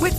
With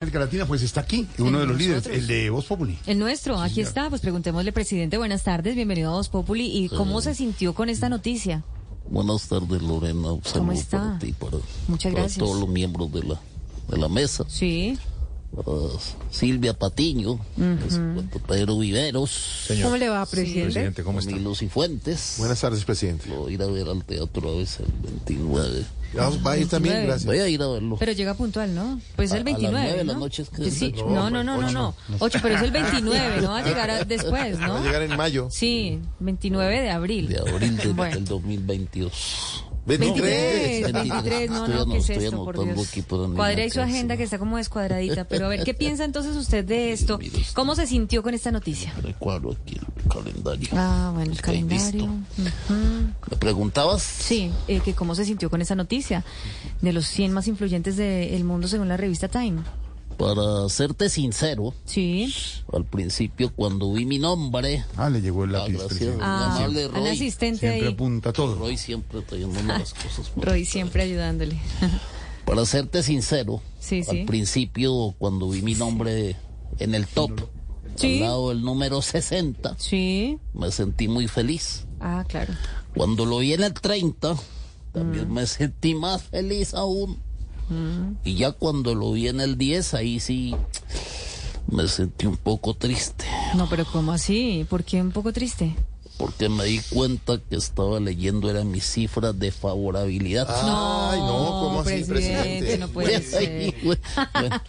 América Latina, pues está aquí, uno de los líderes, el de Voz Populi. El nuestro, aquí está. Pues preguntémosle, presidente, buenas tardes, bienvenido a Voz Populi. ¿Y cómo se sintió con esta noticia? Buenas tardes, Lorena. Un saludo está? para ti, para, Muchas para gracias. todos los miembros de la, de la mesa. Sí. Para Silvia Patiño, para Pedro Viveros, ¿Cómo le va, presidente? Camilo Cifuentes. Buenas tardes, presidente. Lo voy a ir a ver al teatro a veces el 29. Vamos, va a ir también, Nueve. gracias. Voy a ir a verlo. Pero llega puntual, ¿no? Pues A- el a las 29, nueve de ¿no? la noche es que- Sí, No, No, no, no, no, no. Ocho, pero es el 29, ¿no? Va a llegar a- después, Va a ¿no? llegar en mayo. Sí, 29 de abril. De abril de- Bueno. del 2022. 23, 23, no, Estoy no, ano- ¿qué es estoy esto, por anotando Dios? aquí para no Cuadre ahí su alcanzar. agenda que está como descuadradita, pero a ver, ¿qué piensa entonces usted de esto? ¿Cómo se sintió con esta noticia? Recuerdo aquí el calendario. Ah, bueno, el que he visto. calendario. ¿Me preguntabas? Sí, eh, que cómo se sintió con esa noticia de los 100 más influyentes del mundo según la revista Time. Para serte sincero, Sí. al principio cuando vi mi nombre, Ah, le llegó el ah, lápiz, gracias presidente. Ah, amable al Roy, asistente Siempre ahí. apunta todo. Roy siempre trayéndome las cosas. por- Roy siempre ayudándole. Para serte sincero, Sí, al sí. principio cuando vi mi nombre en el top, Sí. al lado del número 60, Sí. me sentí muy feliz. Ah, claro. Cuando lo vi en el 30, también Mm. me sentí más feliz aún. Y ya cuando lo vi en el 10, ahí sí me sentí un poco triste. No, pero ¿cómo así? ¿Por qué un poco triste? porque me di cuenta que estaba leyendo eran mis cifras de favorabilidad. Ah, Ay, no, ¿cómo así, presidente? No puede Ay, ser. Pues, güey. Bueno,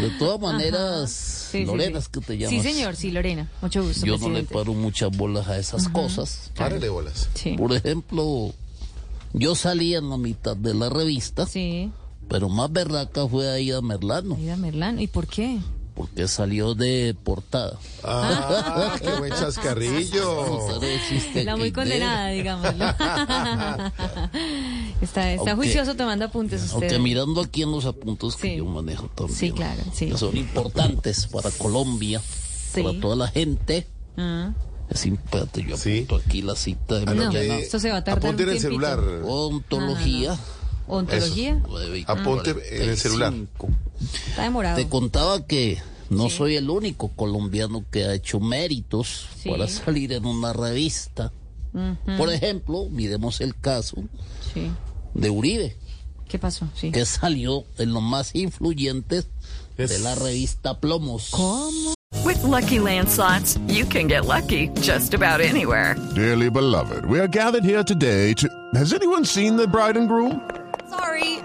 de todas maneras, Sí, sí, Lorena, sí. es que te llamas. Sí, señor, sí, Lorena. Mucho gusto. Yo no le presidente. paro muchas bolas a esas cosas. Párale bolas. Sí. Por ejemplo, yo salí en la mitad de la revista, Sí. pero más berraca fue Aida Merlano, Aida Merlano. ¿Y por qué? porque salió de portada. Ah, qué buen Vamos a chascarrillo. ver el chiste La muy que condenada, era. digámoslo. está está Aunque- juicioso tomando apuntes usted. Aunque mirando aquí en los apuntes que Sí. yo manejo también. Sí, claro, sí. Que son importantes para Colombia, Sí. para toda la gente. Ah. Es importante, yo Sí. Ah, apunto aquí la cita de No, mañana. esto se va a tardar Aponte un en el tiempito. celular. Ontología. Ah, Ontología. nueve y Aponte cuarenta y en el celular. cinco. Está demorado. Te contaba que no soy el único colombiano que ha hecho méritos Sí. para salir en una revista. Por ejemplo, miremos el caso Sí. de Uribe. ¿Qué pasó? Sí. que salió en los más influyentes de la revista Plomos. ¿Cómo? With Lucky Land slots, you can get lucky just about anywhere. Dearly beloved, we are gathered here today to. Has anyone seen the bride and groom? Sorry,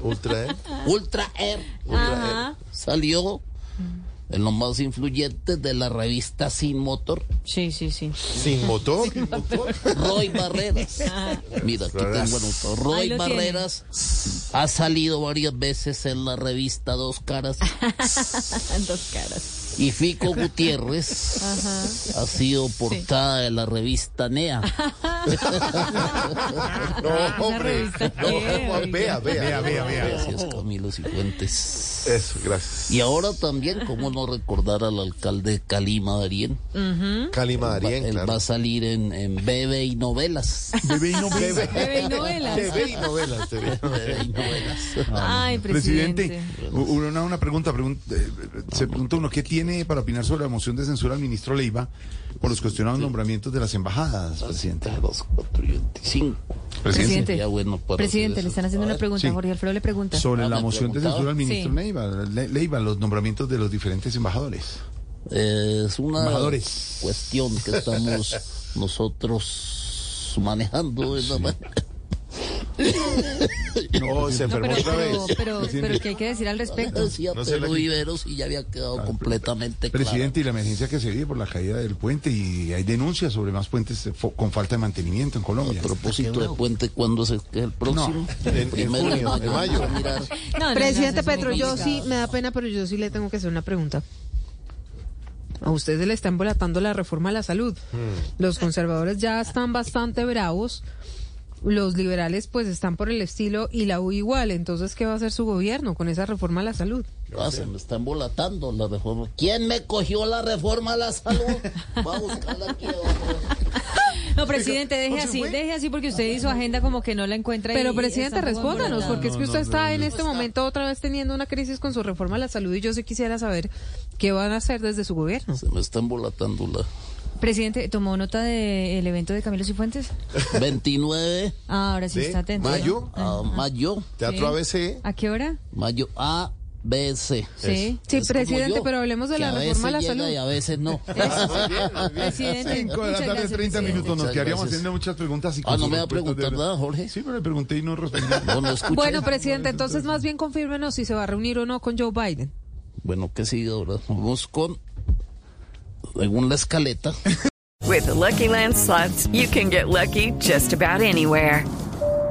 Ultra, ¿eh? Ultraer. Ajá. Salió en los más influyentes de la revista Sin Motor, Sí, sí, sí. Sin motor. Roy Barreras. Mira, aquí tengo anotado. Ahí Roy lo tiene. Barreras ha salido varias veces en la revista Dos Caras. Dos caras. Y Fico Gutiérrez ha sido portada de la revista NEA. No, hombre. revista No, qué, vea, vea, vea, vea, Gracias, Camilo Cifuentes. Eso, gracias. Y ahora también, ¿cómo no recordar al alcalde Calima Darien? Calima Darien, Él va claro. a salir en, en Bebe y Novelas. Bebé y novelas. Bebé y novelas. Bebé y novelas. TV. Bebe y Novelas. Ay, presidente. Presidente, u- una, una pregunta. pregun- eh, eh, se pregunta uno, ¿qué tiene para opinar sobre la moción de censura al ministro Ah, Leiva por los cuestionados nombramientos de las embajadas, presidente? Entre los cuatro y veinticinco. Presidente, Sería bueno para presidente hacer le eso. están haciendo A una ver, pregunta. sí. Jorge Alfredo le pregunta. Sobre Ah, la ¿me moción de preguntaba? censura al ministro Sí. Leiva, Le- Leiva, los nombramientos de los diferentes embajadores. Eh, es una Embajadores. cuestión que estamos nosotros manejando. ¿verdad? No, se No, enfermó pero, otra vez. pero, pero, pero ¿qué hay que decir al respecto? Decía No sé, Pedro Lali. Viveros y ya había quedado completamente claro. Presidente, y la emergencia que se vive por la caída del puente y hay denuncias sobre más puentes eh, fo- con falta de mantenimiento en Colombia. A propósito de puente, ¿cuándo es el, que es el próximo? en- en Primero de junio, en mayo. vamos a mirar. No, no, no, eso Presidente es muy Petro, yo complicado. sí, me da pena, pero yo sí le tengo que hacer una pregunta. A ustedes le está embolatando la reforma a la salud. Los conservadores ya están bastante bravos. Los liberales pues están por el estilo y la U igual. Entonces, ¿qué va a hacer su gobierno con esa reforma a la salud? Ah, se me está embolatando la reforma. ¿Quién me cogió la reforma a la salud? Va a buscarla aquí abajo. No, presidente, deje así, deje así porque usted hizo agenda como que no la encuentra. y- Pero y presidente, está un poco respóndanos, embolatado. porque es que usted está en este momento otra vez teniendo una crisis con su reforma a la salud y yo sí quisiera saber qué van a hacer desde su gobierno. Se me está embolatando la Presidente, ¿tomó nota del evento de Camilo Cifuentes? 29 Ah, ahora sí ¿De está atento. mayo? Ah, a mayo, Teatro Sí. ABC. ¿A qué hora? mayo A, B, C. Sí. Sí, Es como presidente, yo, pero hablemos de que la a reforma a la veces llega salud. Y a veces no. Presidente. 5 de la muchas tarde, gracias, 30 presidente. minutos. Nos Muchas quedaríamos gracias. haciendo muchas preguntas. Y Ah, con no sus me va a respuestas de preguntar verdad. nada, Jorge. Sí, pero le pregunté y no respondió. No, no escuché. Bueno, presidente, entonces más bien confírmenos si se va a reunir o no con Joe Biden. Bueno, ¿qué sigue ahora? Vamos con, según la escaleta, With the Lucky Land slots, you can get lucky just about anywhere.